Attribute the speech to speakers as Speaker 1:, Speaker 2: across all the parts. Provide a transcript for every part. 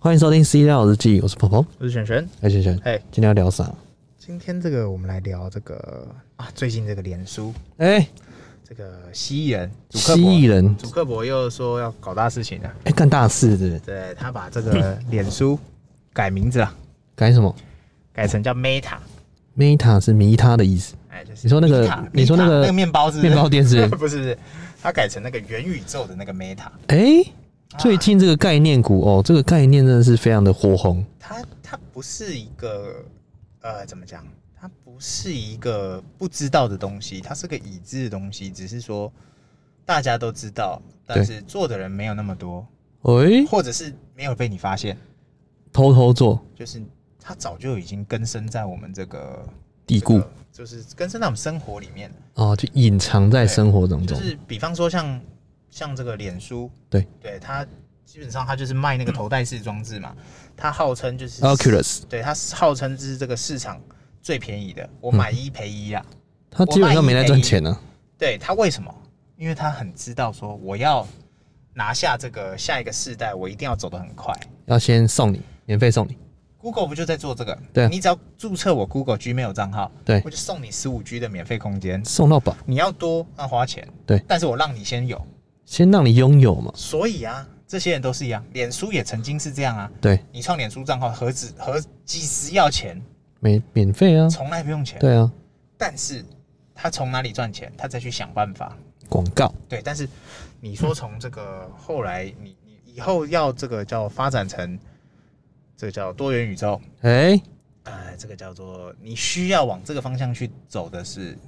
Speaker 1: 欢迎收听《C 料日记》，我是鹏鹏，
Speaker 2: 我是璇璇。
Speaker 1: 哎，轩轩，
Speaker 2: 哎，
Speaker 1: 今天要聊啥？
Speaker 2: 今天这个我们来聊这个啊，最近这个脸书
Speaker 1: 哎、
Speaker 2: 这个蜥蜴人，祖克
Speaker 1: 蜥
Speaker 2: 伯
Speaker 1: 蜴，人，
Speaker 2: 祖克伯又说要搞大事情了。
Speaker 1: 哎、干大事是不是？
Speaker 2: 对他把 这个脸书改名字了，啊
Speaker 1: 改什么
Speaker 2: 改成叫 Meta。
Speaker 1: ？Meta 是迷他的意思，
Speaker 2: 哎，就是
Speaker 1: 你说那个
Speaker 2: Meta，
Speaker 1: 你说那
Speaker 2: Meta，
Speaker 1: 个
Speaker 2: 那个面包是不是
Speaker 1: 面包店是不是
Speaker 2: 不是不是，他改成那个元宇宙的那个 Meta。
Speaker 1: 哎、最近这个概念股哦，这个概念真的是非常的火红。
Speaker 2: 它它不是一个呃，怎么讲？它不是一个不知道的东西，它是个已知的东西，只是说大家都知道，但
Speaker 1: 对
Speaker 2: 是做的人没有那么多，
Speaker 1: 喂、
Speaker 2: 或者是没有被你发现，
Speaker 1: 偷偷做
Speaker 2: 就是它早就已经根深在我们这个
Speaker 1: 地
Speaker 2: 这
Speaker 1: 固
Speaker 2: 个就是根深在我们生活里面。
Speaker 1: 哦，就隐藏在生活当
Speaker 2: 就
Speaker 1: 中。
Speaker 2: 是比方说像像这个脸书，
Speaker 1: 对
Speaker 2: 对，它基本上它就是卖那个头戴式装置嘛，它号称就是
Speaker 1: 哦 Oculus，
Speaker 2: 对，它号称是这个市场最便宜的，
Speaker 1: 嗯
Speaker 2: 我买一赔一啊。
Speaker 1: 他基本上没在赚钱啊呢、
Speaker 2: 对它为什么？因为它很知道说我要拿下这个下一个世代，我一定要走得很快。
Speaker 1: 要先送你，免费送你。
Speaker 2: Google 不就在做这个？
Speaker 1: 对啊
Speaker 2: 你只要注册我 Google Gmail 账号，
Speaker 1: 对
Speaker 2: 我就送你十五 G 的免费空间。
Speaker 1: 送到饱，
Speaker 2: 你要多那花钱，
Speaker 1: 对
Speaker 2: 但是我让你先有。
Speaker 1: 先让你拥有嘛。
Speaker 2: 所以啊，这些人都是一样，脸书也曾经是这样啊。
Speaker 1: 对，
Speaker 2: 你创脸书账号何止何几十要钱，
Speaker 1: 免免费啊。
Speaker 2: 从来不用钱。
Speaker 1: 对啊，
Speaker 2: 但是他从哪里赚钱，他再去想办法。
Speaker 1: 广告
Speaker 2: 对，但是你说从这个后来，你你以后要这个叫发展成这个叫多元宇宙，
Speaker 1: 哎、
Speaker 2: 呃，这个叫做你需要往这个方向去走的是，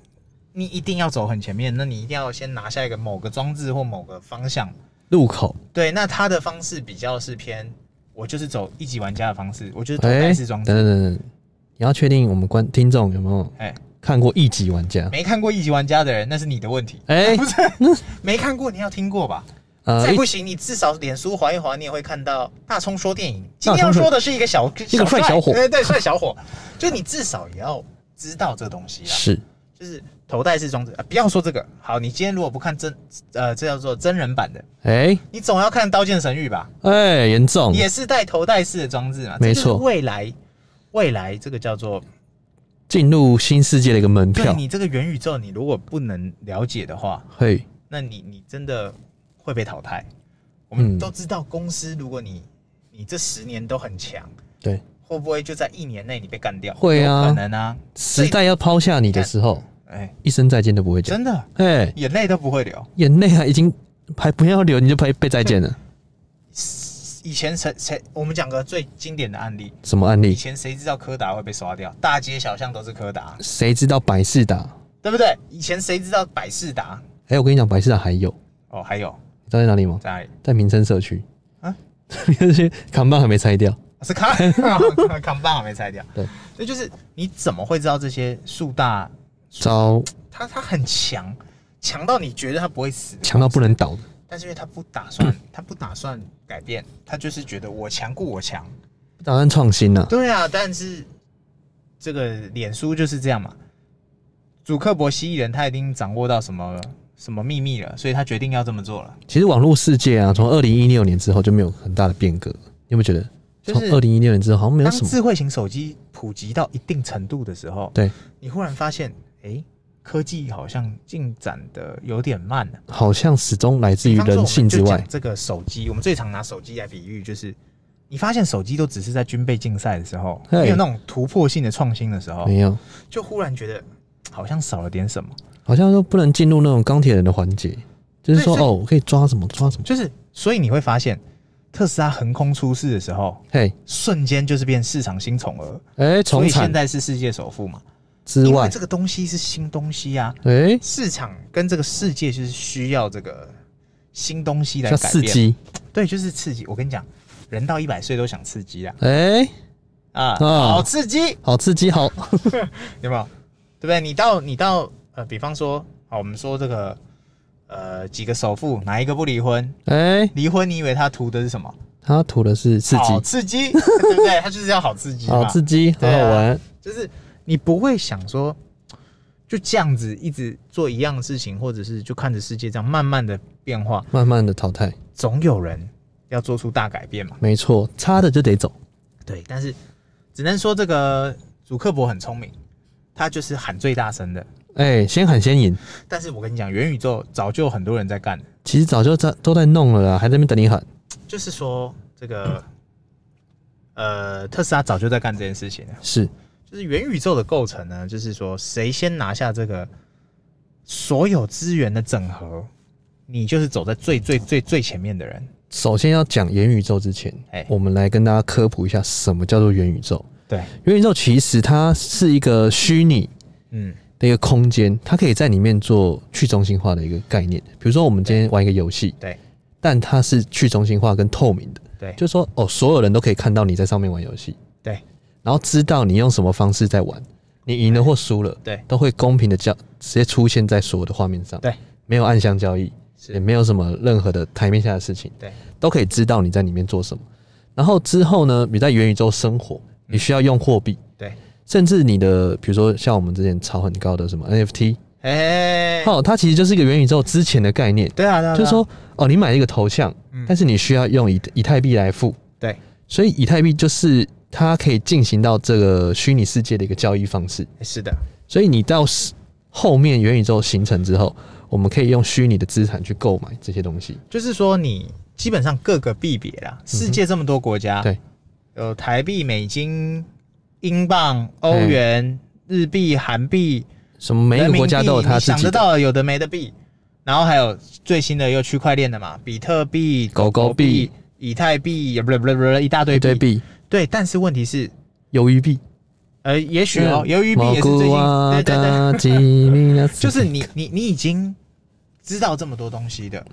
Speaker 2: 你一定要走很前面，那你一定要先拿下一个某个装置或某个方向。
Speaker 1: 入口
Speaker 2: 对，那他的方式比较是偏，我就是走一级玩家的方式，我就是走
Speaker 1: 哎、
Speaker 2: 单式
Speaker 1: 等
Speaker 2: 装
Speaker 1: 等
Speaker 2: 置。
Speaker 1: 等等，你要确定我们观听众有没有
Speaker 2: 哎、
Speaker 1: 看过一级玩家？
Speaker 2: 没看过一级玩家的人，那是你的问题。
Speaker 1: 哎、
Speaker 2: 不是，没看过你要听过吧？
Speaker 1: 呃，
Speaker 2: 再
Speaker 1: 一
Speaker 2: 哎不行，你至少脸书划一划，你也会看到大葱说电影。
Speaker 1: 大
Speaker 2: 今
Speaker 1: 葱说
Speaker 2: 天要说的是一个小
Speaker 1: 一个帅小伙
Speaker 2: 对对，帅小伙，就你至少也要知道这东西啊，
Speaker 1: 是
Speaker 2: 就是头戴式装置啊。不要说这个，好，你今天如果不看真，呃，这叫做真人版的，
Speaker 1: 哎
Speaker 2: 你总要看《刀剑神域》吧？
Speaker 1: 哎，严、重
Speaker 2: 也是带头戴式的装置嘛，
Speaker 1: 没错
Speaker 2: 这就是未来，未来这个叫做
Speaker 1: 进入新世界的一个门
Speaker 2: 对
Speaker 1: 票。
Speaker 2: 你这个元宇宙，你如果不能了解的话，
Speaker 1: 嘿，
Speaker 2: 那你你真的会被淘汰。我
Speaker 1: 嗯
Speaker 2: 们都知道，公司如果你你这十年都很强，
Speaker 1: 对，
Speaker 2: 会不会就在一年内你被干掉？
Speaker 1: 会啊
Speaker 2: 有可能啊。
Speaker 1: 时代要抛下你的时候，
Speaker 2: 哎，
Speaker 1: 一声再见都不会讲。
Speaker 2: 真的
Speaker 1: 哎、
Speaker 2: 眼泪都不会流。
Speaker 1: 眼泪啊，已经还不要流，你就被被再见了。
Speaker 2: 以前谁谁，我们讲个最经典的案例，
Speaker 1: 什么案
Speaker 2: 以
Speaker 1: 例？
Speaker 2: 前谁知道柯达会被刷掉？大街小巷都是柯达，
Speaker 1: 谁知道百事达？
Speaker 2: 对不对？以前谁知道百事达？
Speaker 1: 哎、我跟你讲，百事达还有，你
Speaker 2: 哦，还有
Speaker 1: 知道在哪里吗？
Speaker 2: 在哪里
Speaker 1: 在民生社区
Speaker 2: 啊，
Speaker 1: 民生社区扛棒还没拆掉。
Speaker 2: 哦是 康康棒还没拆掉。
Speaker 1: 对，
Speaker 2: 所以就是你怎么会知道这些树大
Speaker 1: 招
Speaker 2: 他他很强，强到你觉得他不会死，
Speaker 1: 强到不能倒的，
Speaker 2: 但是因为他不打 算，他不打算改变，他就是觉得我强故我强。
Speaker 1: 打算创新了、
Speaker 2: 对啊，但是这个脸书就是这样嘛。主克伯蜥蜴人他已经掌握到什么什么秘密了，所以他决定要这么做了。
Speaker 1: 其实网络世界啊，从二零一六年之后就没有很大的变革，你有没有觉得？
Speaker 2: 就是
Speaker 1: 从二零一六年之后好像没有
Speaker 2: 当
Speaker 1: 什么
Speaker 2: 智慧型手机普及到一定程度的时候，
Speaker 1: 对，
Speaker 2: 你忽然发现，诶，科技好像进展的有点慢啊了、
Speaker 1: 好像始终来自于
Speaker 2: 比方说我
Speaker 1: 人
Speaker 2: 们
Speaker 1: 性之
Speaker 2: 就
Speaker 1: 外
Speaker 2: 讲。这个手机，我们最常拿手机来比喻，就是你发现手机都只是在军备竞赛的时候，
Speaker 1: 嘿
Speaker 2: 没有那种突破性的创新的时候，
Speaker 1: 没有，
Speaker 2: 就忽然觉得好像少了点什么。
Speaker 1: 好像都不能进入那种钢铁人的环节，就是说
Speaker 2: 对所以
Speaker 1: 哦，我可以抓什么抓什么。
Speaker 2: 就是，所以你会发现，特斯拉横空出世的时候，
Speaker 1: 嘿，
Speaker 2: 瞬间就是变市场新宠儿，
Speaker 1: 哎，
Speaker 2: 所
Speaker 1: 从
Speaker 2: 以现
Speaker 1: 产
Speaker 2: 在是世界首富嘛。
Speaker 1: 之
Speaker 2: 因
Speaker 1: 外
Speaker 2: 为，这个东西是新东西啊，
Speaker 1: 哎，
Speaker 2: 市场跟这个世界就是需要这个新东西来
Speaker 1: 叫
Speaker 2: 改
Speaker 1: 刺
Speaker 2: 变。
Speaker 1: 激，
Speaker 2: 对，就是刺激。我跟你讲，人到一百岁都想刺激啊。
Speaker 1: 哎，
Speaker 2: 啊，
Speaker 1: 啊
Speaker 2: 好刺激，
Speaker 1: 好刺激，好，
Speaker 2: 有没有？对不对？你到你到呃，比方说，好，我们说这个呃几个首富，哪一个不离婚？
Speaker 1: 哎，
Speaker 2: 离婚，你以为他图的是什么？
Speaker 1: 他吐的是刺
Speaker 2: 好
Speaker 1: 激，
Speaker 2: 刺激， 对不对？他就是要好刺激
Speaker 1: 好
Speaker 2: 嘛，
Speaker 1: 刺激，好
Speaker 2: 对
Speaker 1: 好
Speaker 2: 啊
Speaker 1: 玩，
Speaker 2: 就是你不会想说就这样子一直做一样的事情，或者是就看着世界这样慢慢的变化，
Speaker 1: 慢慢的淘汰，
Speaker 2: 总有人要做出大改变嘛。
Speaker 1: 没错，差的就得走。
Speaker 2: 对，但是只能说这个主克伯很聪明，他就是喊最大声的。
Speaker 1: 哎、先喊先赢，
Speaker 2: 但是我跟你讲，元宇宙早就有很多人在干了，
Speaker 1: 其实早就在都在弄了啦，还在那边等你喊。
Speaker 2: 就是说这个嗯呃，特斯拉早就在干这件事情了。
Speaker 1: 是，
Speaker 2: 就是元宇宙的构成呢，就是说谁先拿下这个所有资源的整合，你就是走在最最最最前面的人。
Speaker 1: 首先要讲元宇宙之前，
Speaker 2: 哎
Speaker 1: 我们来跟大家科普一下什么叫做元宇宙。
Speaker 2: 对，
Speaker 1: 元宇宙其实它是一个虚拟
Speaker 2: 嗯，
Speaker 1: 的一个空间，它可以在里面做去中心化的一个概念。比如说，我们今天玩一个游戏，
Speaker 2: 对，
Speaker 1: 但它是去中心化跟透明的，
Speaker 2: 对，
Speaker 1: 就是说哦，所有人都可以看到你在上面玩游戏，
Speaker 2: 对，
Speaker 1: 然后知道你用什么方式在玩，你赢了或输了，
Speaker 2: 对
Speaker 1: 都会公平的交直接出现在所有的画面上，
Speaker 2: 对，
Speaker 1: 没有暗箱交易，也
Speaker 2: 是，
Speaker 1: 没有什么任何的台面下的事情，
Speaker 2: 对，
Speaker 1: 都可以知道你在里面做什么。然后之后呢，你在元宇宙生活，你需要用货币，
Speaker 2: 对，
Speaker 1: 甚至你的比如说像我们之前炒很高的什么 NFT，
Speaker 2: 哎、
Speaker 1: 哦，它其实就是一个元宇宙之前的概念，
Speaker 2: 对啊，对啊，
Speaker 1: 就是说哦，你买一个头像，
Speaker 2: 嗯
Speaker 1: 但是你需要用以以太币来付，
Speaker 2: 对，
Speaker 1: 所以以太币就是它可以进行到这个虚拟世界的一个交易方式。
Speaker 2: 是的，
Speaker 1: 所以你到是后面元宇宙形成之后，我们可以用虚拟的资产去购买这些东西。
Speaker 2: 就是说你基本上各个币别啦，世界这么多国家，
Speaker 1: 嗯对，
Speaker 2: 有台币、美金、英镑、欧元、日币、韩币，
Speaker 1: 什哎么每一
Speaker 2: 人
Speaker 1: 个
Speaker 2: 民
Speaker 1: 国家
Speaker 2: 币
Speaker 1: 都有它
Speaker 2: 你
Speaker 1: 自
Speaker 2: 想
Speaker 1: 己
Speaker 2: 得
Speaker 1: 的
Speaker 2: 到的有的没的币，然后还有最新的又区块链的嘛，比特币、
Speaker 1: 狗狗币
Speaker 2: 币、以太币，不是不是不是一大堆
Speaker 1: 一堆
Speaker 2: 币，
Speaker 1: 币、
Speaker 2: 对，但是问题是，
Speaker 1: 鱿鱼币、
Speaker 2: 呃，也许哦，鱿鱼币也是最近，
Speaker 1: 啊
Speaker 2: 对对对，
Speaker 1: 对，
Speaker 2: 就是你你你已经知道这么多东西的，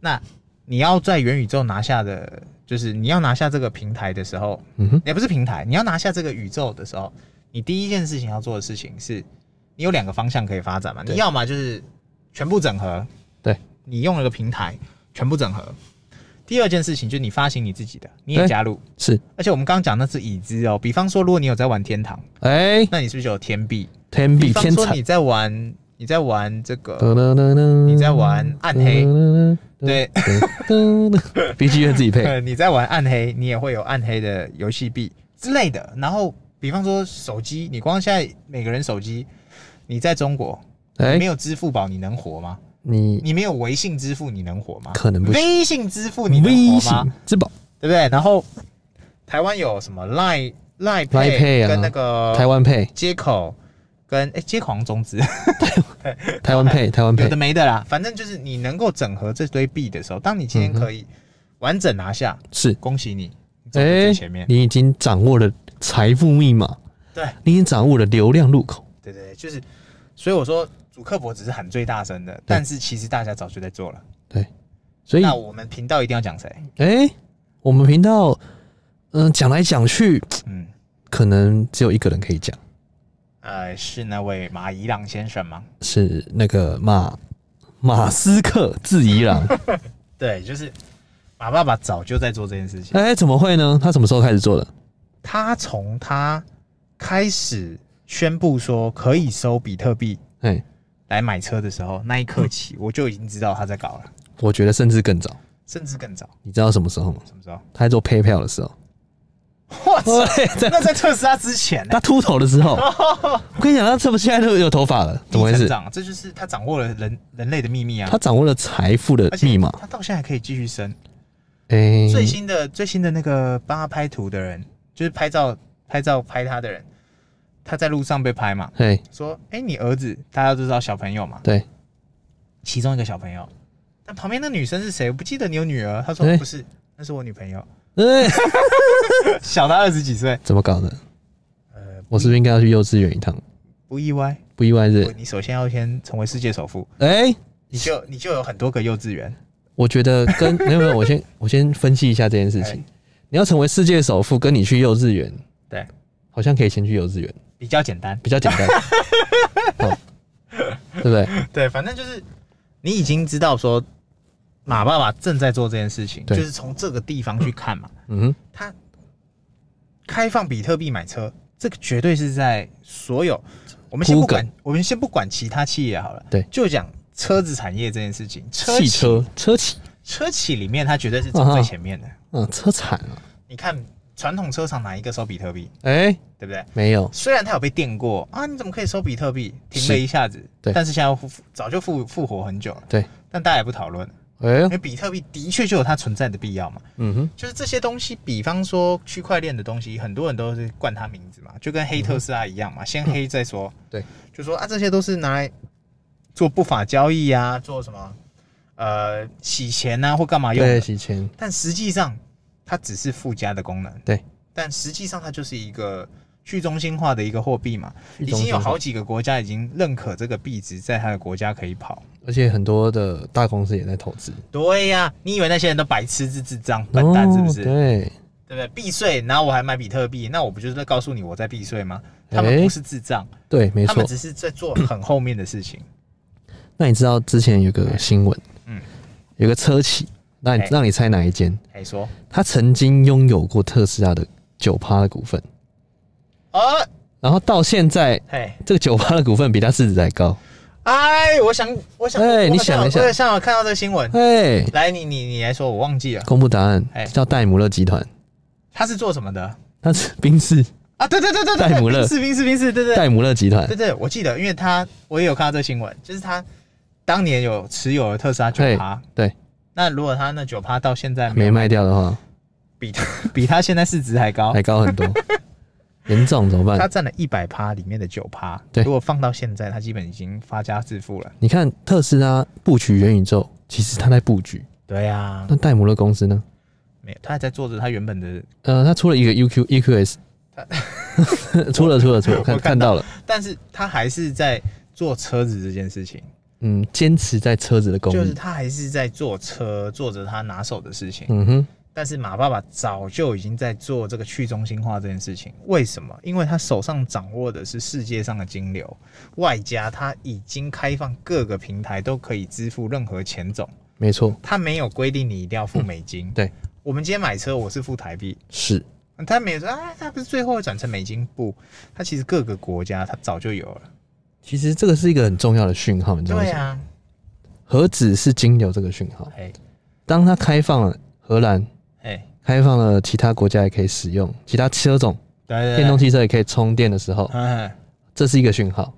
Speaker 2: 那你要在元宇宙拿下的，就是你要拿下这个平台的时候，
Speaker 1: 嗯哼，
Speaker 2: 也不是平台，你要拿下这个宇宙的时候，你第一件事情要做的事情是，你有两个方向可以发展嘛，
Speaker 1: 对
Speaker 2: 你要么就是全部整合，
Speaker 1: 对，
Speaker 2: 你用了个平台全部整合。第二件事情就是你发行你自己的，你也
Speaker 1: 对
Speaker 2: 加入，
Speaker 1: 是
Speaker 2: 而且我们刚刚讲那是已知哦，比方说如果你有在玩天堂，
Speaker 1: 哎，
Speaker 2: 那你是不是就有天币？
Speaker 1: 天
Speaker 2: 比
Speaker 1: 币
Speaker 2: 方
Speaker 1: 天
Speaker 2: 说
Speaker 1: 才
Speaker 2: 你，在玩你在玩这个
Speaker 1: 你
Speaker 2: 你在玩暗黑，对，
Speaker 1: ，BGM 自己 配，
Speaker 2: 你在玩暗黑，你也会有暗黑的游戏币之类的。然后，比方说手机，你光现在每个人手机，你在中国
Speaker 1: 哎
Speaker 2: 没，有支付宝，你能活吗？
Speaker 1: 你
Speaker 2: 你没有微信支付，你能活吗？
Speaker 1: 可能不行
Speaker 2: 微信支付你能
Speaker 1: 微
Speaker 2: 活
Speaker 1: 信
Speaker 2: 吗？
Speaker 1: 之宝，
Speaker 2: 对不对？然后，台湾有什么 Line
Speaker 1: Line
Speaker 2: Line
Speaker 1: Pay 啊
Speaker 2: 跟那个
Speaker 1: 台湾配，
Speaker 2: 接口跟哎接口好像中资。
Speaker 1: 台湾 配，台湾
Speaker 2: 有
Speaker 1: 配
Speaker 2: 的，没的啦，反正就是你能够整合这堆币的时候，当你今天可以完整拿下，
Speaker 1: 是，
Speaker 2: 恭喜你，你走在
Speaker 1: 哎
Speaker 2: 最前面。，
Speaker 1: 你已经掌握了财富密码，
Speaker 2: 对
Speaker 1: 你已经掌握了流量入口，
Speaker 2: 对对对，就是，所以我说主客博只是喊最大声的，但是其实大家早就在做了。
Speaker 1: 所以
Speaker 2: 那我们频道一定要讲谁？
Speaker 1: 哎、我们频道，嗯、讲来讲去，
Speaker 2: 嗯，
Speaker 1: 可能只有一个人可以讲，
Speaker 2: 呃，是那位马伊朗先生吗？
Speaker 1: 是那个马马斯克自伊朗。
Speaker 2: 对，就是马爸爸早就在做这件事情。
Speaker 1: 哎、怎么会呢？他什么时候开始做的？
Speaker 2: 他从他开始宣布说可以收比特币
Speaker 1: 哎、
Speaker 2: 来买车的时候，那一
Speaker 1: 嗯
Speaker 2: 刻起，我就已经知道他在搞了，
Speaker 1: 我觉得甚至更早，
Speaker 2: 甚至更早。
Speaker 1: 你知道什么时候吗？
Speaker 2: 什 么时候？
Speaker 1: 他在做 PayPal 的时候，
Speaker 2: 我操！
Speaker 1: 对，在
Speaker 2: 那在特斯拉之前呢、
Speaker 1: 他秃头的时候，我跟你讲，他怎么现在都有头发了？怎么回
Speaker 2: 逆成
Speaker 1: 事？
Speaker 2: 长，这就是他掌握了人人类的秘密啊！
Speaker 1: 他掌握了财富的
Speaker 2: 而且
Speaker 1: 密码。
Speaker 2: 他到现在还可以继续生。
Speaker 1: 哎、
Speaker 2: 最新的最新的那个帮他拍图的人，就是拍照拍照拍他的人，他在路上被拍嘛，
Speaker 1: 哎、
Speaker 2: 说：“哎、你儿子，大家都知道小朋友嘛，
Speaker 1: 对，
Speaker 2: 其中一个小朋友。”但旁边那女生是谁？我不记得你有女儿。他说
Speaker 1: 哎：“
Speaker 2: 不是，那是我女朋友，
Speaker 1: 哎、
Speaker 2: 小他二十几岁。
Speaker 1: 怎么搞的？”
Speaker 2: 呃，不
Speaker 1: 我是不是应该要去幼稚园一趟？
Speaker 2: 不意外，
Speaker 1: 不意外是不
Speaker 2: 不
Speaker 1: 是？
Speaker 2: 你首先要先成为世界首富，
Speaker 1: 哎、
Speaker 2: 你就你就有很多个幼稚园。
Speaker 1: 我觉得跟 没有没有，我先我先分析一下这件事情
Speaker 2: 哎。
Speaker 1: 你要成为世界首富，跟你去幼稚园，
Speaker 2: 对，
Speaker 1: 好像可以先去幼稚园，
Speaker 2: 比较简单。
Speaker 1: 比较简 单，哦、对不对？
Speaker 2: 对，反正就是你已经知道说马爸爸正在做这件事情，就
Speaker 1: 对
Speaker 2: 是从这个地方去看嘛。
Speaker 1: 嗯哼，
Speaker 2: 他开放比特币买车，这个绝对是在所有我们先不
Speaker 1: 铺梗
Speaker 2: 管，我们先不管其他企业好了，
Speaker 1: 对
Speaker 2: 就讲车子产业这件事情，车
Speaker 1: 汽
Speaker 2: 企
Speaker 1: 车车企
Speaker 2: 车企里面它绝对是走最前面的。
Speaker 1: 嗯，车产啊，
Speaker 2: 你看传统车厂哪一个收比特币，
Speaker 1: 哎、
Speaker 2: 对不对？
Speaker 1: 没有，
Speaker 2: 虽然它有被电过啊，你怎么可以收比特币？停了
Speaker 1: 是
Speaker 2: 一下子，
Speaker 1: 对
Speaker 2: 但是现在复早就复复活很久了，
Speaker 1: 对，
Speaker 2: 但大家也不讨论，
Speaker 1: 哎、
Speaker 2: 因为比特币的确就有它存在的必要嘛。
Speaker 1: 嗯哼，
Speaker 2: 就是这些东西，比方说区块链的东西，很多人都是冠它名字嘛，就跟黑特斯拉一样嘛，先黑再说。
Speaker 1: 嗯对，
Speaker 2: 就说啊，这些都是拿来做不法交易啊，做什么呃洗钱啊或干嘛用
Speaker 1: 对，
Speaker 2: 的。
Speaker 1: 洗钱，
Speaker 2: 但实际上，它只是附加的功能。
Speaker 1: 对，
Speaker 2: 但实际上它就是一个去中心化的一个货币嘛，
Speaker 1: 去
Speaker 2: 已
Speaker 1: 中
Speaker 2: 经
Speaker 1: 心
Speaker 2: 有
Speaker 1: 化
Speaker 2: 好几个国家已经认可这个币值在它的国家可以跑。
Speaker 1: 而且很多的大公司也在投资，
Speaker 2: 对呀、你以为那些人都白痴、是智障、笨蛋是不是？
Speaker 1: 哦对，
Speaker 2: 对不对？避税，然后我还买比特币，那我不就是在告诉你我在避税吗？他们
Speaker 1: 诶
Speaker 2: 不是智障，
Speaker 1: 对，没
Speaker 2: 他
Speaker 1: 错
Speaker 2: 们。只是在做很后面的事情。
Speaker 1: 那你知道之前有个新闻，
Speaker 2: 嗯
Speaker 1: 有个车企，那你
Speaker 2: 哎
Speaker 1: 让你猜哪一间？
Speaker 2: 哎，说，
Speaker 1: 他曾经拥有过特斯拉的九趴的股份，
Speaker 2: 哦，
Speaker 1: 然后到现在，
Speaker 2: 嘿，
Speaker 1: 这个九趴的股份比他市值还高。
Speaker 2: 哎，我想，我想，
Speaker 1: 哎
Speaker 2: 我
Speaker 1: 你
Speaker 2: 好像
Speaker 1: 想一下
Speaker 2: 我好像有看到这个新闻。
Speaker 1: 哎，
Speaker 2: 来，你你你来说，我忘记了，
Speaker 1: 公布答案
Speaker 2: 哎，
Speaker 1: 叫戴姆勒集团，
Speaker 2: 他是做什么的？
Speaker 1: 他是宾士
Speaker 2: 啊，对对对对对，
Speaker 1: 戴姆勒
Speaker 2: 宾士宾士宾士，对 对
Speaker 1: 戴姆勒集团
Speaker 2: 对，对，我记得，因为他我也有看到这个新闻，就是他当年有持有了特斯拉九
Speaker 1: 对
Speaker 2: 趴，
Speaker 1: 对，
Speaker 2: 那如果他那九趴到现在没
Speaker 1: 没
Speaker 2: 有
Speaker 1: 卖掉的话
Speaker 2: 比 他比他现在市值还高，
Speaker 1: 还高很 多，严重怎么
Speaker 2: 它
Speaker 1: 办？
Speaker 2: 占了一百趴里面的九趴，
Speaker 1: 嗯对
Speaker 2: 如果放到现在，它基本已经发家致富了。
Speaker 1: 你看特斯拉布局元宇宙，其实他在布局，
Speaker 2: 对啊，
Speaker 1: 那戴姆勒公司呢？
Speaker 2: 没有，他还在做着他原本的，
Speaker 1: 呃，他出了一个 UQ EQS，出了出了出了，看
Speaker 2: 我看
Speaker 1: 看到了，
Speaker 2: 但是他还是在做车子这件事情，
Speaker 1: 嗯，坚持在车子的供
Speaker 2: 就是
Speaker 1: 应，
Speaker 2: 他还是在做车，做着他拿手的事情。
Speaker 1: 嗯哼，
Speaker 2: 但是马爸爸早就已经在做这个去中心化这件事情，为什么？因为他手上掌握的是世界上的金流，外加他已经开放各个平台都可以支付任何钱种，
Speaker 1: 没错，
Speaker 2: 他没有规定你一定要付美金。
Speaker 1: 嗯对，
Speaker 2: 我们今天买车，我是付台币，
Speaker 1: 是
Speaker 2: 他没有说啊，他不是最后转成美金不？他其实各个国家他早就有了。
Speaker 1: 其实这个是一个很重要的讯号，你知道吗？
Speaker 2: 对啊，
Speaker 1: 何止是金流这个讯号，
Speaker 2: 哎
Speaker 1: 当它开放了荷兰，
Speaker 2: 哎，
Speaker 1: 开放了其他国家也可以使用，其他车种
Speaker 2: 对对对，
Speaker 1: 电动汽车也可以充电的时候，
Speaker 2: 嗯，
Speaker 1: 这是一个讯号。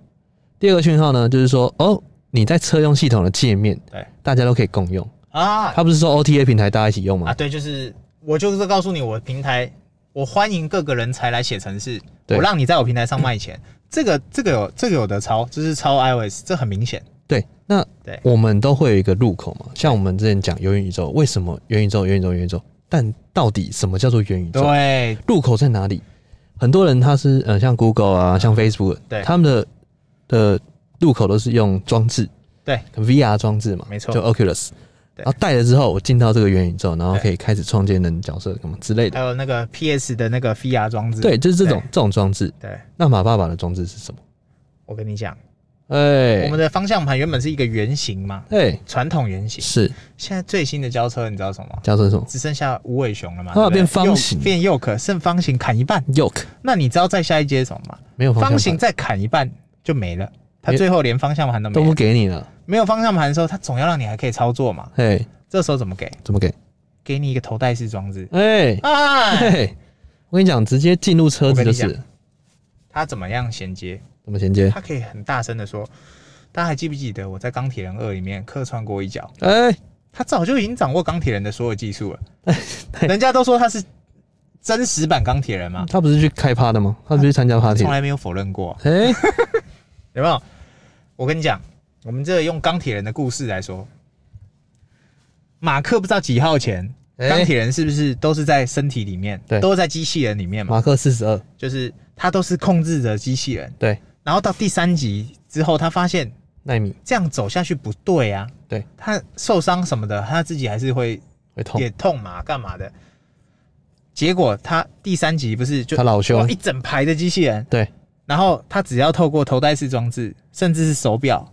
Speaker 1: 第二个讯号呢，就是说哦，你在车用系统的界面，
Speaker 2: 对
Speaker 1: 大家都可以共用。
Speaker 2: 啊
Speaker 1: 它不是说 OTA 平台大家一起用吗？
Speaker 2: 啊，对，就是我就是告诉你，我平台我欢迎各个人才来写程式，
Speaker 1: 对
Speaker 2: 我让你在我平台上卖钱。 这个这个有这个有的抄，这是抄 iOS，这很明显。
Speaker 1: 对，那
Speaker 2: 对
Speaker 1: 我们都会有一个入口嘛，像我们之前讲元宇宙，为什么元宇宙、元宇宙、元宇宙？但到底什么叫做元宇宙？
Speaker 2: 对啊
Speaker 1: 入口在哪里？很多人他是呃，像 Google 啊，像 Facebook，
Speaker 2: 对
Speaker 1: 他们的的入口都是用装置，
Speaker 2: 对
Speaker 1: ，VR 装置嘛，
Speaker 2: 没错
Speaker 1: 就 Oculus。
Speaker 2: 对
Speaker 1: 然后戴了之后，我进到这个元宇宙，然后
Speaker 2: 对
Speaker 1: 可以开始创建人角色什么之类的。
Speaker 2: 还有那个 PS 的那个 VR 装置，
Speaker 1: 对，就是这种这种装置。
Speaker 2: 对，
Speaker 1: 那马爸爸的装置是什么？
Speaker 2: 我跟你讲，我
Speaker 1: 哎
Speaker 2: 们的方向盘原本是一个圆形嘛，
Speaker 1: 哎，
Speaker 2: 传统圆形，
Speaker 1: 是
Speaker 2: 现在最新的交车你知道什么吗？
Speaker 1: 叫做什么
Speaker 2: 只剩下无尾熊了嘛，
Speaker 1: 它要
Speaker 2: 对
Speaker 1: 啊变
Speaker 2: 不对
Speaker 1: 方形
Speaker 2: 右变右可剩方形砍一半。
Speaker 1: ？Yoke
Speaker 2: 那你知道再下一阶是什么吗？
Speaker 1: 没有方向
Speaker 2: 方
Speaker 1: 盘
Speaker 2: 形再砍一半就没了，它
Speaker 1: 没
Speaker 2: 最后连方向盘都
Speaker 1: 都
Speaker 2: 没
Speaker 1: 不
Speaker 2: 有。
Speaker 1: 给你了，
Speaker 2: 没有方向盘的时候，它总要让你还可以操作嘛。
Speaker 1: 哎，
Speaker 2: 这时候怎么给？
Speaker 1: 怎么给？
Speaker 2: 给你一个头戴式装置。
Speaker 1: 哎
Speaker 2: 哎，
Speaker 1: 嘿，我跟你讲，直接进入车子就是
Speaker 2: 我跟它怎么样衔接？
Speaker 1: 怎么衔接？
Speaker 2: 它可以很大声的说：“大家还记不记得我在《钢铁人二》里面客串过一脚？”
Speaker 1: 哎，
Speaker 2: 他早就已经掌握钢铁人的所有技术 了。人家都说他是真实版钢铁人嘛，
Speaker 1: 他不是去开趴的吗？他不是去参加 party？
Speaker 2: 从
Speaker 1: 的
Speaker 2: 来没有否认过，
Speaker 1: 哎，
Speaker 2: 有没有？我跟你讲，我们这个用钢铁人的故事来说，马克不知道几号前，
Speaker 1: 哎
Speaker 2: 钢铁人是不是都是在身体里面，
Speaker 1: 对
Speaker 2: 都是在机器人里面嘛？
Speaker 1: 马克四十二，
Speaker 2: 就是他都是控制着机器人。
Speaker 1: 对，
Speaker 2: 然后到第三集之后，他发现
Speaker 1: 纳米
Speaker 2: 这样走下去不对啊，
Speaker 1: 对
Speaker 2: 他受伤什么的，他自己还是会
Speaker 1: 会痛
Speaker 2: 也，痛嘛，干嘛的？结果他第三集不是就
Speaker 1: 他老兄
Speaker 2: 哇一整排的机器人，
Speaker 1: 对，
Speaker 2: 然后他只要透过头戴式装置，甚至是手表，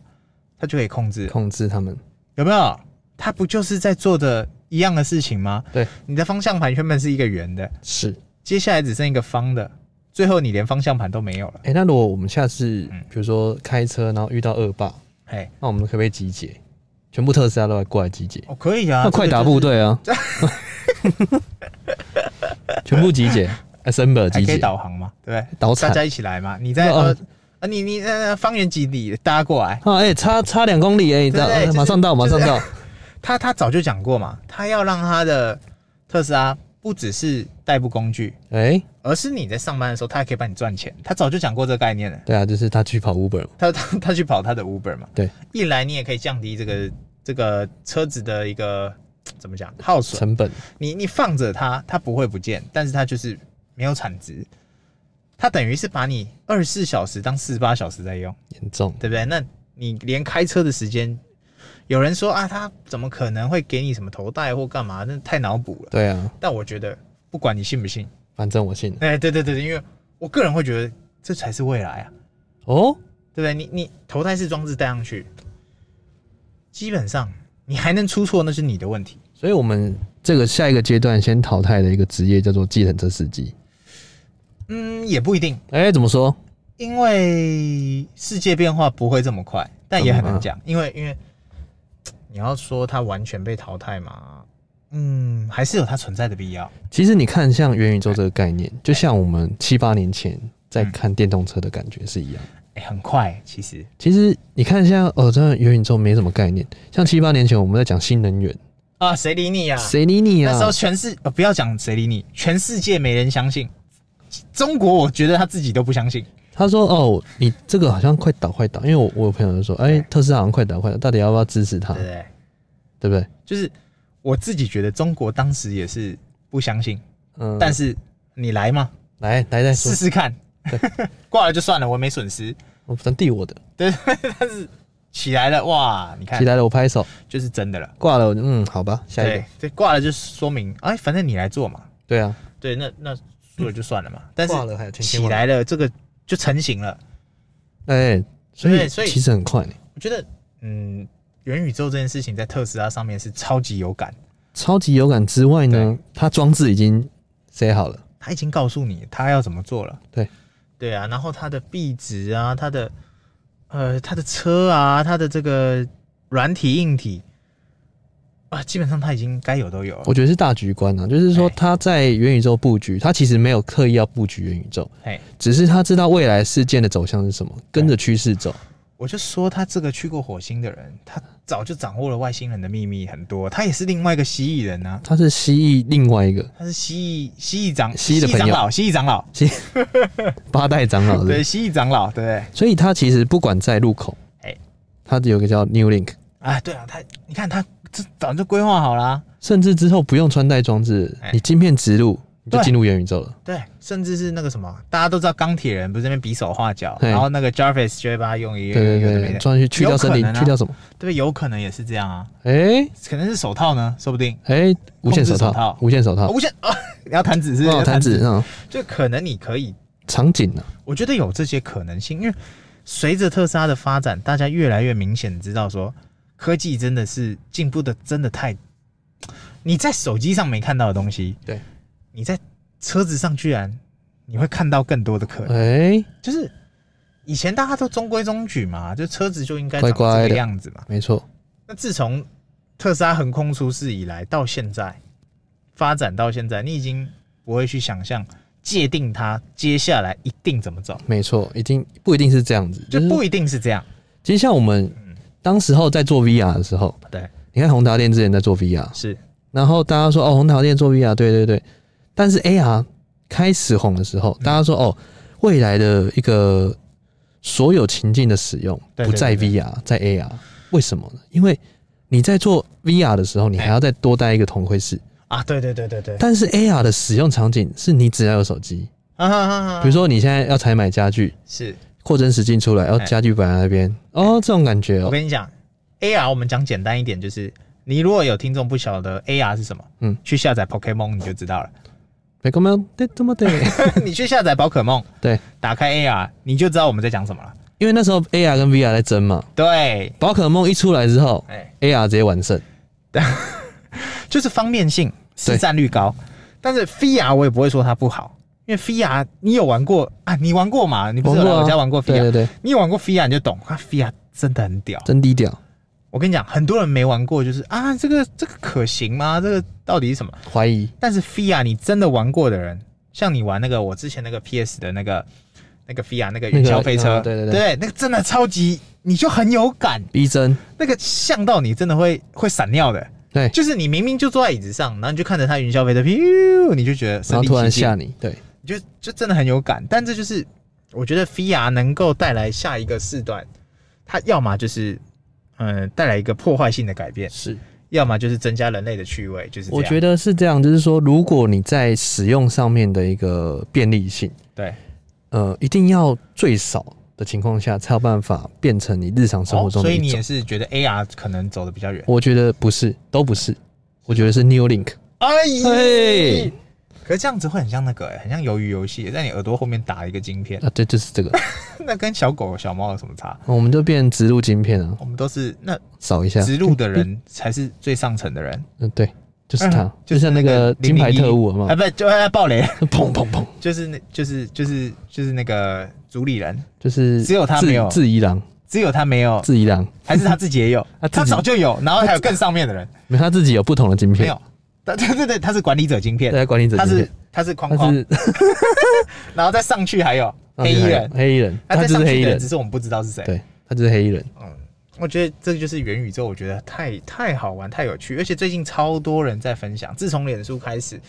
Speaker 2: 他就可以控制，
Speaker 1: 控制他们，
Speaker 2: 有没有？他不就是在做的一样的事情吗？
Speaker 1: 对，
Speaker 2: 你的方向盘原本是一个圆的，
Speaker 1: 是。
Speaker 2: 接下来只剩一个方的，最后你连方向盘都没有了。
Speaker 1: 哎，那如果我们下次
Speaker 2: 嗯
Speaker 1: 比如说开车，然后遇到恶霸，
Speaker 2: 哎，
Speaker 1: 那我们可不可以集结？全部特斯拉都来过来集结，
Speaker 2: 哦，可以啊，
Speaker 1: 那快打部
Speaker 2: 部队。
Speaker 1: 队 啊，全部集结，assemble
Speaker 2: 还
Speaker 1: 集
Speaker 2: 可
Speaker 1: 结，
Speaker 2: 以
Speaker 1: 哦
Speaker 2: 导航嘛，对不对？
Speaker 1: 倒
Speaker 2: 大
Speaker 1: 惨
Speaker 2: 家一起来嘛，你在
Speaker 1: 那
Speaker 2: 呃啊，你你呃方圆几里，大家过来。
Speaker 1: 啊，哎、差差两公里哎、你知道，
Speaker 2: 对对就是
Speaker 1: 马上到，马上到，
Speaker 2: 他他早就讲过嘛，他要让他的特斯拉不只是代步工具，
Speaker 1: 哎、
Speaker 2: 而是你在上班的时候，他还可以帮你赚钱。他早就讲过这个概念了。
Speaker 1: 对啊，就是他去跑 Uber 嘛，
Speaker 2: 他他他去跑他的 Uber 嘛，
Speaker 1: 对，
Speaker 2: 一来你也可以降低这个这个车子的一个怎么讲耗损，
Speaker 1: 成本
Speaker 2: 你你放着它，它不会不见，但是它就是没有产值，它等于是把你二十四小时当四十八小时在用，
Speaker 1: 严重，
Speaker 2: 对不对？那你连开车的时间，有人说啊，他怎么可能会给你什么头带或干嘛？那太脑补了。
Speaker 1: 对啊，
Speaker 2: 但我觉得不管你信不信，
Speaker 1: 反正我信了。
Speaker 2: 哎，对对对对，因为我个人会觉得这才是未来啊。
Speaker 1: 哦，
Speaker 2: 对不对？你你头戴式装置戴上去，基本上你还能出错，那是你的问题。
Speaker 1: 所以我们这个下一个阶段先淘汰的一个职业叫做计程车司机。
Speaker 2: 嗯，也不一定，
Speaker 1: 哎、怎么说？
Speaker 2: 因为世界变化不会这么快，但也很难讲，因为因为你要说它完全被淘汰嘛，嗯，还是有它存在的必要。
Speaker 1: 其实你看，像元宇宙这个概念，就像我们七八年前在
Speaker 2: 嗯
Speaker 1: 看电动车的感觉是一样。
Speaker 2: 哎、很快，其实
Speaker 1: 其实你看，像哦，真的元宇宙没什么概念。像七八年前我们在讲新能源，
Speaker 2: 啊，谁理你呀、
Speaker 1: 谁理你
Speaker 2: 那时候
Speaker 1: 啊？
Speaker 2: 全世、呃、不要讲谁理你，全世界没人相信。中国，我觉得他自己都不相信。
Speaker 1: 他说哦，你这个好像快倒快倒，因为我我有朋友就说，哎、特斯拉好像快倒快倒，到底要不要支持它
Speaker 2: 对不？对？
Speaker 1: 对不对？
Speaker 2: 就是我自己觉得中国当时也是不相信，
Speaker 1: 嗯，
Speaker 2: 但是你来嘛，
Speaker 1: 来来再说
Speaker 2: 试，试看， 挂了就算了，我也没损失。
Speaker 1: 我反正递我的，
Speaker 2: 起来了，哇，你看
Speaker 1: 起，来了我拍手，
Speaker 2: 就是真的了。
Speaker 1: 挂了，我就嗯，好吧，下一
Speaker 2: 对
Speaker 1: 个，，
Speaker 2: 这挂了就说明，哎，反正你来做嘛。
Speaker 1: 对啊，
Speaker 2: 对，那那输了就算了嘛。但
Speaker 1: 嗯
Speaker 2: 是
Speaker 1: 挂了还有天
Speaker 2: 起来了，这个就成型了。
Speaker 1: 哎、所
Speaker 2: 对
Speaker 1: 以
Speaker 2: 所以
Speaker 1: 其实很快、
Speaker 2: 我觉得，嗯，元宇宙这件事情在特斯拉上面是超级有感，
Speaker 1: 超级有感之外呢
Speaker 2: 对，
Speaker 1: 它装置已经 say 好了，
Speaker 2: 他已经告诉你他要怎么做了。
Speaker 1: 对，
Speaker 2: 对啊，然后它的壁纸啊，它的呃，它的车啊，它的这个软体、硬体啊，基本上它已经该有都有了。
Speaker 1: 我觉得是大局观啊，就是说
Speaker 2: 哎
Speaker 1: 它在元宇宙布局，它其实没有刻意要布局元宇宙，
Speaker 2: 哎，
Speaker 1: 只是他知道未来事件的走向是什么，跟着趋势走。
Speaker 2: 我就说他这个去过火星的人，他早就掌握了外星人的秘密很多，他也是另外一个蜥蜴人啊，
Speaker 1: 他是蜥蜴另外一个
Speaker 2: 他是蜥蜴蜥蜴长
Speaker 1: 蜥蜴的朋友
Speaker 2: 长老，蜥蜴长老，
Speaker 1: 八代长老
Speaker 2: 对，
Speaker 1: 的，
Speaker 2: 蜥蜴长老，对不对？
Speaker 1: 所以他其实不管在路口，
Speaker 2: 哎
Speaker 1: 他有个叫 New Link，
Speaker 2: 啊，对啊，他你看他这早就规划好啊啦、
Speaker 1: 甚至之后不用穿戴装置
Speaker 2: 哎，
Speaker 1: 你晶片植入你就
Speaker 2: 对
Speaker 1: 进入元宇宙了。
Speaker 2: 对，甚至是那个什么，大家都知道钢铁人不是那边比手画脚，
Speaker 1: 嘿
Speaker 2: 然后那个 Jarvis 就会把他用一
Speaker 1: 对
Speaker 2: 个
Speaker 1: 对
Speaker 2: 有的没
Speaker 1: 对，
Speaker 2: 的，
Speaker 1: 装去去掉森林
Speaker 2: 有可能，啊
Speaker 1: 去掉什么？
Speaker 2: 对，有可能也是这样啊，
Speaker 1: 哎
Speaker 2: 可能是手套呢，说不定、
Speaker 1: 哎，无线手
Speaker 2: 控制手
Speaker 1: 套
Speaker 2: 套，
Speaker 1: 无线手
Speaker 2: 啊
Speaker 1: 套，
Speaker 2: 无 限啊，你要弹指是不是
Speaker 1: 哦，
Speaker 2: 要
Speaker 1: 弹指，嗯，
Speaker 2: 就可能你可以
Speaker 1: 场景啊呢？
Speaker 2: 我觉得有这些可能性，因为随着特斯拉的发展，大家越来越明显知道说，科技真的是进步的真的太，你在手机上没看到的东西，
Speaker 1: 对，
Speaker 2: 你在车子上居然你会看到更多的可能，
Speaker 1: 哎，
Speaker 2: 就是以前大家都中规中矩嘛，就车子就应该
Speaker 1: 乖
Speaker 2: 长这
Speaker 1: 乖
Speaker 2: 个
Speaker 1: 的
Speaker 2: 样子嘛。
Speaker 1: 没错，
Speaker 2: 那自从特斯拉横空出世以来，到现在发展到现在，你已经不会去想象界定它接下来一定怎么走。
Speaker 1: 没错，一定不一定是这样子，
Speaker 2: 就
Speaker 1: 就是
Speaker 2: 不一嗯定是这样。
Speaker 1: 其实像我们当时候在做 VR 的时候，
Speaker 2: 对，
Speaker 1: 你看宏达电之前在做 VR，
Speaker 2: 是
Speaker 1: 然后大家说哦，红桃店做 VR，对对对。但是 AR 开始红的时候，
Speaker 2: 嗯
Speaker 1: 大家说哦，未来的一个所有情境的使用
Speaker 2: 对
Speaker 1: 不在
Speaker 2: 对
Speaker 1: VR，在 AR，为什么呢？因为你在做 VR 的时候，你还要再多带一个同会室，
Speaker 2: 啊，对对对对对。
Speaker 1: 但是 AR 的使用场景是你只要有手机，
Speaker 2: 啊哈哈哈
Speaker 1: 比如说你现在要采买家具，
Speaker 2: 是
Speaker 1: 扩增实境出来，然后
Speaker 2: 哎
Speaker 1: 家具摆在那边，哦，这种感觉
Speaker 2: 我
Speaker 1: 哦，
Speaker 2: 跟你讲，AR 我们讲简单一点，就是你如果有听众不晓得 AR 是什么，
Speaker 1: 嗯，
Speaker 2: 去下载 Pokemon 你就知道了。
Speaker 1: 没干嘛，对，这么对，
Speaker 2: 你去下载宝可梦，
Speaker 1: 对，
Speaker 2: 打开 AR，你就知道我们在讲什么了。
Speaker 1: 因为那时候 AR 跟 VR 在争嘛，
Speaker 2: 对，
Speaker 1: 宝可梦一出来之后
Speaker 2: 哎，
Speaker 1: ，AR 直接完胜。
Speaker 2: 就是方便性、
Speaker 1: 对
Speaker 2: 市占率高，但是 VR 我也不会说它不好，因为 VR 你有玩过啊？你玩过嘛？你不是有来
Speaker 1: 啊
Speaker 2: 我家玩过
Speaker 1: 对对
Speaker 2: VR？
Speaker 1: 对，
Speaker 2: 你有玩过 VR 你就懂，啊，VR 真的很屌。
Speaker 1: 真低调。
Speaker 2: 我跟你讲，很多人没玩过，就是啊，这个这个可行吗？这个到底是什么？
Speaker 1: 怀疑
Speaker 2: 但是 VR 你真的玩过的人，像你玩那个我之前那个 PS 的那个那个 VR 那个云霄飞车，
Speaker 1: 那个啊对对对
Speaker 2: 那个真的超级，你就很有感，
Speaker 1: 逼真，
Speaker 2: 那个像到你真的会会闪尿的。
Speaker 1: 对
Speaker 2: 就是你明明就坐在椅子上，然后你就看着它云霄飞车，咻，你就觉得身
Speaker 1: 然后
Speaker 2: 临
Speaker 1: 突然
Speaker 2: 其境
Speaker 1: 吓你，对，
Speaker 2: 你就就真的很有感。但这就是我觉得 VR 能够带来下一个世段，它要么就是嗯带来一个破坏性的改变，
Speaker 1: 是。
Speaker 2: 要么就是增加人类的趣味，就是这样
Speaker 1: 我觉得是这样，就是说，如果你在使用上面的一个便利性，
Speaker 2: 对
Speaker 1: 呃，一定要最少的情况下，才有办法变成你日常生活中
Speaker 2: 哦。所
Speaker 1: 的
Speaker 2: 以
Speaker 1: 一
Speaker 2: 你
Speaker 1: 种。
Speaker 2: 也是觉得 AR 可能走的比较远。
Speaker 1: 我觉得不是，都不是，我觉得是 New Link。
Speaker 2: 哎
Speaker 1: 嘿
Speaker 2: 可是这样子会很像那个、欸，很像鱿鱼游戏，在你耳朵后面打一个晶片，
Speaker 1: 啊，对，就是这个，
Speaker 2: 那跟小狗小猫有什么差？
Speaker 1: 我们就变植入晶片啊，
Speaker 2: 我们都是那
Speaker 1: 扫一下，
Speaker 2: 植入的人才是最上层的人，
Speaker 1: 嗯，对，就是 它，
Speaker 2: 嗯
Speaker 1: 就像那个金牌特务嘛
Speaker 2: 啊，，不就啊暴雷，
Speaker 1: 砰砰砰，
Speaker 2: 就是那就是就是就是那个主理人，
Speaker 1: 就是
Speaker 2: 只有它
Speaker 1: 自
Speaker 2: 没有
Speaker 1: 自一郎，
Speaker 2: 只有他没有，
Speaker 1: 自一郎，
Speaker 2: 还是他自己也有，
Speaker 1: 他自己
Speaker 2: 他早就有，然后还有更上面 的人
Speaker 1: 哎没有他自己有不同的晶
Speaker 2: 没
Speaker 1: 片，
Speaker 2: 有，对对对对，他是管理者晶片
Speaker 1: 对，，他管理者
Speaker 2: 他
Speaker 1: 晶
Speaker 2: 是
Speaker 1: 片，
Speaker 2: 他是框
Speaker 1: 他
Speaker 2: 框，
Speaker 1: 是
Speaker 2: 然后再上去还有黑衣人，
Speaker 1: 黑衣人，
Speaker 2: 那
Speaker 1: 他
Speaker 2: 再
Speaker 1: 就
Speaker 2: 上
Speaker 1: 是黑衣
Speaker 2: 去的人
Speaker 1: 人
Speaker 2: 只，是我们不知道是谁。
Speaker 1: 对，他就是黑衣人，
Speaker 2: 我觉得这就是元宇宙，我觉得太太好玩、太有趣，而且最近超多人在分享。自从脸书开始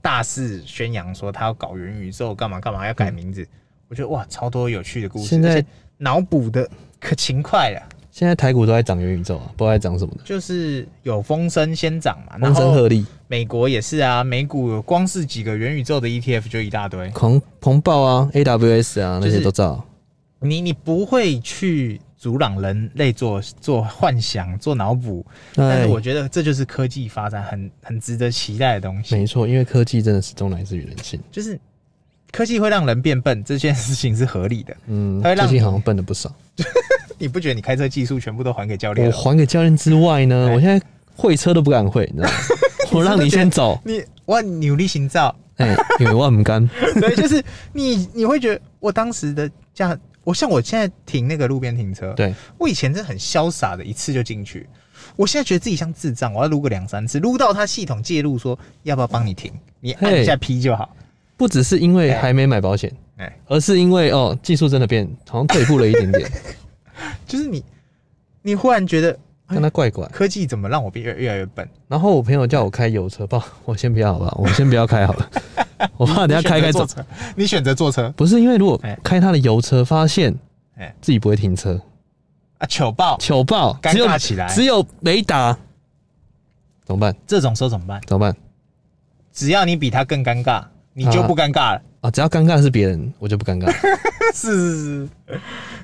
Speaker 2: 大肆宣扬说他要搞元宇宙，干嘛干嘛要改名字，我觉得哇，超多有趣的故事，
Speaker 1: 嗯现在
Speaker 2: 而且脑补的可勤快了。
Speaker 1: 现在台股都在涨元宇宙啊，不知道在涨什么的，
Speaker 2: 就是有风声先涨嘛，然
Speaker 1: 风声
Speaker 2: 后
Speaker 1: 鹤唳，
Speaker 2: 美国也是啊，美股光是几个元宇宙的 ETF 就一大堆，
Speaker 1: 狂狂暴啊，AWS 啊那
Speaker 2: 就
Speaker 1: 些
Speaker 2: 是
Speaker 1: 都造，
Speaker 2: 你你不会去阻挡人类做做幻想、做脑补，但
Speaker 1: 哎
Speaker 2: 是，我觉得这就是科技发展很很值得期待的东西，
Speaker 1: 没错，因为科技真的始终来自于人性，
Speaker 2: 就是科技会让人变笨，这件事情是合理的。
Speaker 1: 嗯，
Speaker 2: 它会让
Speaker 1: 最近好像笨了不少。
Speaker 2: 你不觉得你开车技术全部都还给教练
Speaker 1: 我
Speaker 2: 了吗？
Speaker 1: 还给教练之外呢，
Speaker 2: 哎
Speaker 1: 我现在会车都不敢会，你 知道吗？我让你先走，
Speaker 2: 你我努力 行造，
Speaker 1: 哎，因为我很 干，
Speaker 2: 对，就是你你会觉得我当时的驾，我像我现在停那个路边停车，
Speaker 1: 对，
Speaker 2: 我以前真的很潇洒的，一次就进去。我现在觉得自己像智障，我要撸个两三次，撸到他系统介入说要不要帮你停，你按一下 P 就好。
Speaker 1: 不只是因为还没买保险，
Speaker 2: 哎，
Speaker 1: 而是因为哦，技术真的变，好像退步了一点 点，
Speaker 2: 就是你，你忽然觉得
Speaker 1: 让他怪怪。
Speaker 2: 科技怎么让我变越越来越笨？
Speaker 1: 然后我朋友叫我开油车， 爸，我先不要好不好？我先不要开好 了，我怕啊等一下开开
Speaker 2: 你选择
Speaker 1: 走
Speaker 2: 坐。车，你选择坐车
Speaker 1: 不是因为如果
Speaker 2: 哎
Speaker 1: 开他的油车，发现
Speaker 2: 哎
Speaker 1: 自己不会停车，
Speaker 2: 啊，糗爆，
Speaker 1: 糗爆，
Speaker 2: 尴
Speaker 1: 只有
Speaker 2: 尬起来。
Speaker 1: 只有雷达，怎么办？
Speaker 2: 这种时候怎么办？
Speaker 1: 怎么办？
Speaker 2: 只要你比他更尴尬，你就不尴尬了。
Speaker 1: 啊，只要尴尬的是别人，我就不尴 尬。
Speaker 2: 是是是，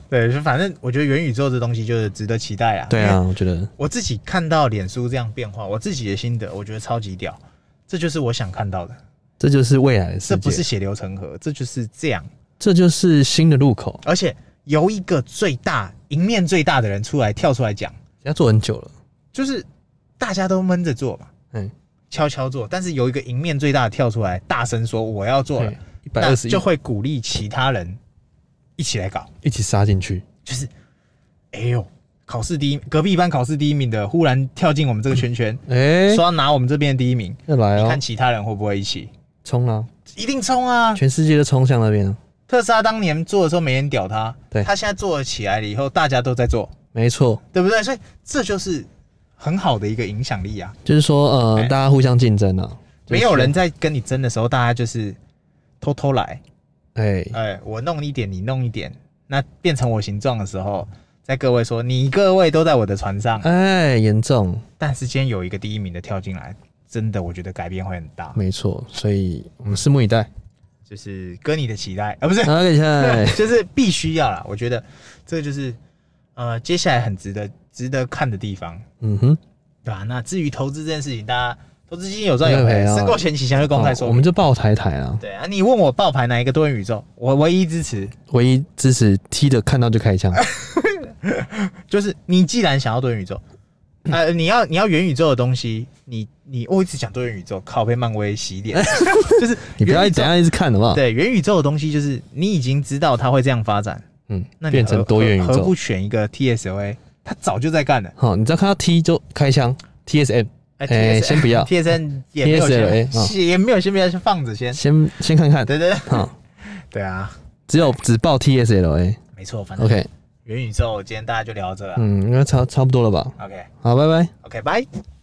Speaker 2: 对，就反正我觉得元宇宙这东西就是值得期待啊。
Speaker 1: 对啊，，我觉得
Speaker 2: 我自己看到脸书这样变化，我自己的心得，我觉得超级屌。这就是我想看到的，
Speaker 1: 这就是未来的世界，
Speaker 2: 这不是血流成河，这就是这样。
Speaker 1: 这就是新的入口。
Speaker 2: 而且由一个最大、赢面最大的人出来跳出来讲，
Speaker 1: 要做很久了，
Speaker 2: 就是大家都闷着做嘛，
Speaker 1: 嗯，
Speaker 2: 悄悄做，但是由一个赢面最大的跳出来，大声说我要做了，
Speaker 1: 一百
Speaker 2: 那
Speaker 1: 二十
Speaker 2: 就会鼓励其他人一起来搞。
Speaker 1: 一起杀进去，
Speaker 2: 就是，哎呦，考试第一，隔壁班考试第一名的忽然跳进我们这个圈圈，
Speaker 1: 哎、
Speaker 2: 说要拿我们这边的第一名，
Speaker 1: 要来
Speaker 2: 你
Speaker 1: 哦
Speaker 2: 看，其他人会不会一起？
Speaker 1: 冲啊！
Speaker 2: 一定冲啊！
Speaker 1: 全世界都冲向那边了，
Speaker 2: 特斯拉当年做的时候没人屌他，
Speaker 1: 对
Speaker 2: 他现在做了起来了以后，大家都在做，
Speaker 1: 没错，
Speaker 2: 对不对？所以这就是很好的一个影响力啊！
Speaker 1: 就是说呃，
Speaker 2: 哎
Speaker 1: 大家互相竞争啊，就是
Speaker 2: 没有人在跟你争的时候，大家就是偷偷来，
Speaker 1: 哎、
Speaker 2: 哎，我弄一点，你弄一点，那变成我形状的时候，在各位说你各位都在我的船上，
Speaker 1: 哎，严重，
Speaker 2: 但是今天有一个第一名的跳进来，真的我觉得改变会很大，
Speaker 1: 没错，所以我们拭目以待。
Speaker 2: 就是跟你的期待，啊，不是，
Speaker 1: 好，等一下，
Speaker 2: 就是必须要啦。我觉得这就是呃，接下来很值得值得看的地方，
Speaker 1: 嗯哼，
Speaker 2: 对吧、那至于投资这件事情，大家投资基金有赚有
Speaker 1: 没有
Speaker 2: 赔，
Speaker 1: 赔啊
Speaker 2: 申购前期详阅公开
Speaker 1: 好
Speaker 2: 说
Speaker 1: 我
Speaker 2: 明。
Speaker 1: 们就爆台台啊，
Speaker 2: 对啊，你问我爆牌哪一个多元宇宙，我唯一支持
Speaker 1: 唯一支持踢的看到就 开枪，
Speaker 2: 就是你既然想要多元 宇宙，呃，你要你要元宇宙的东西，你你我一直讲多元宇宙，靠被漫威洗 脸，就是
Speaker 1: 你不要
Speaker 2: 元
Speaker 1: 等一
Speaker 2: 宇宙
Speaker 1: 下一直看好不好？
Speaker 2: 对元宇宙的东西，就是你已经知道它会这样发展，
Speaker 1: 嗯
Speaker 2: 那，你
Speaker 1: 变
Speaker 2: 何
Speaker 1: 成多元宇
Speaker 2: 何何
Speaker 1: 宙
Speaker 2: 不，选一个 TSOA？他早就在干了。
Speaker 1: 好，你只要看到 T 就开枪，TSM
Speaker 2: 哎
Speaker 1: 哎先不要
Speaker 2: ，TSN 也没有先
Speaker 1: TSLA 啊
Speaker 2: 也没有先不要先放着先。
Speaker 1: 先先看看，
Speaker 2: 对对对
Speaker 1: 好，
Speaker 2: 对啊，
Speaker 1: 只有只报 TSLA。
Speaker 2: 没错，反正
Speaker 1: OK，嗯
Speaker 2: 元宇宙今天大家就聊到这了。
Speaker 1: 嗯，应该差差不多了吧？
Speaker 2: OK
Speaker 1: 好，拜拜。
Speaker 2: OK，拜。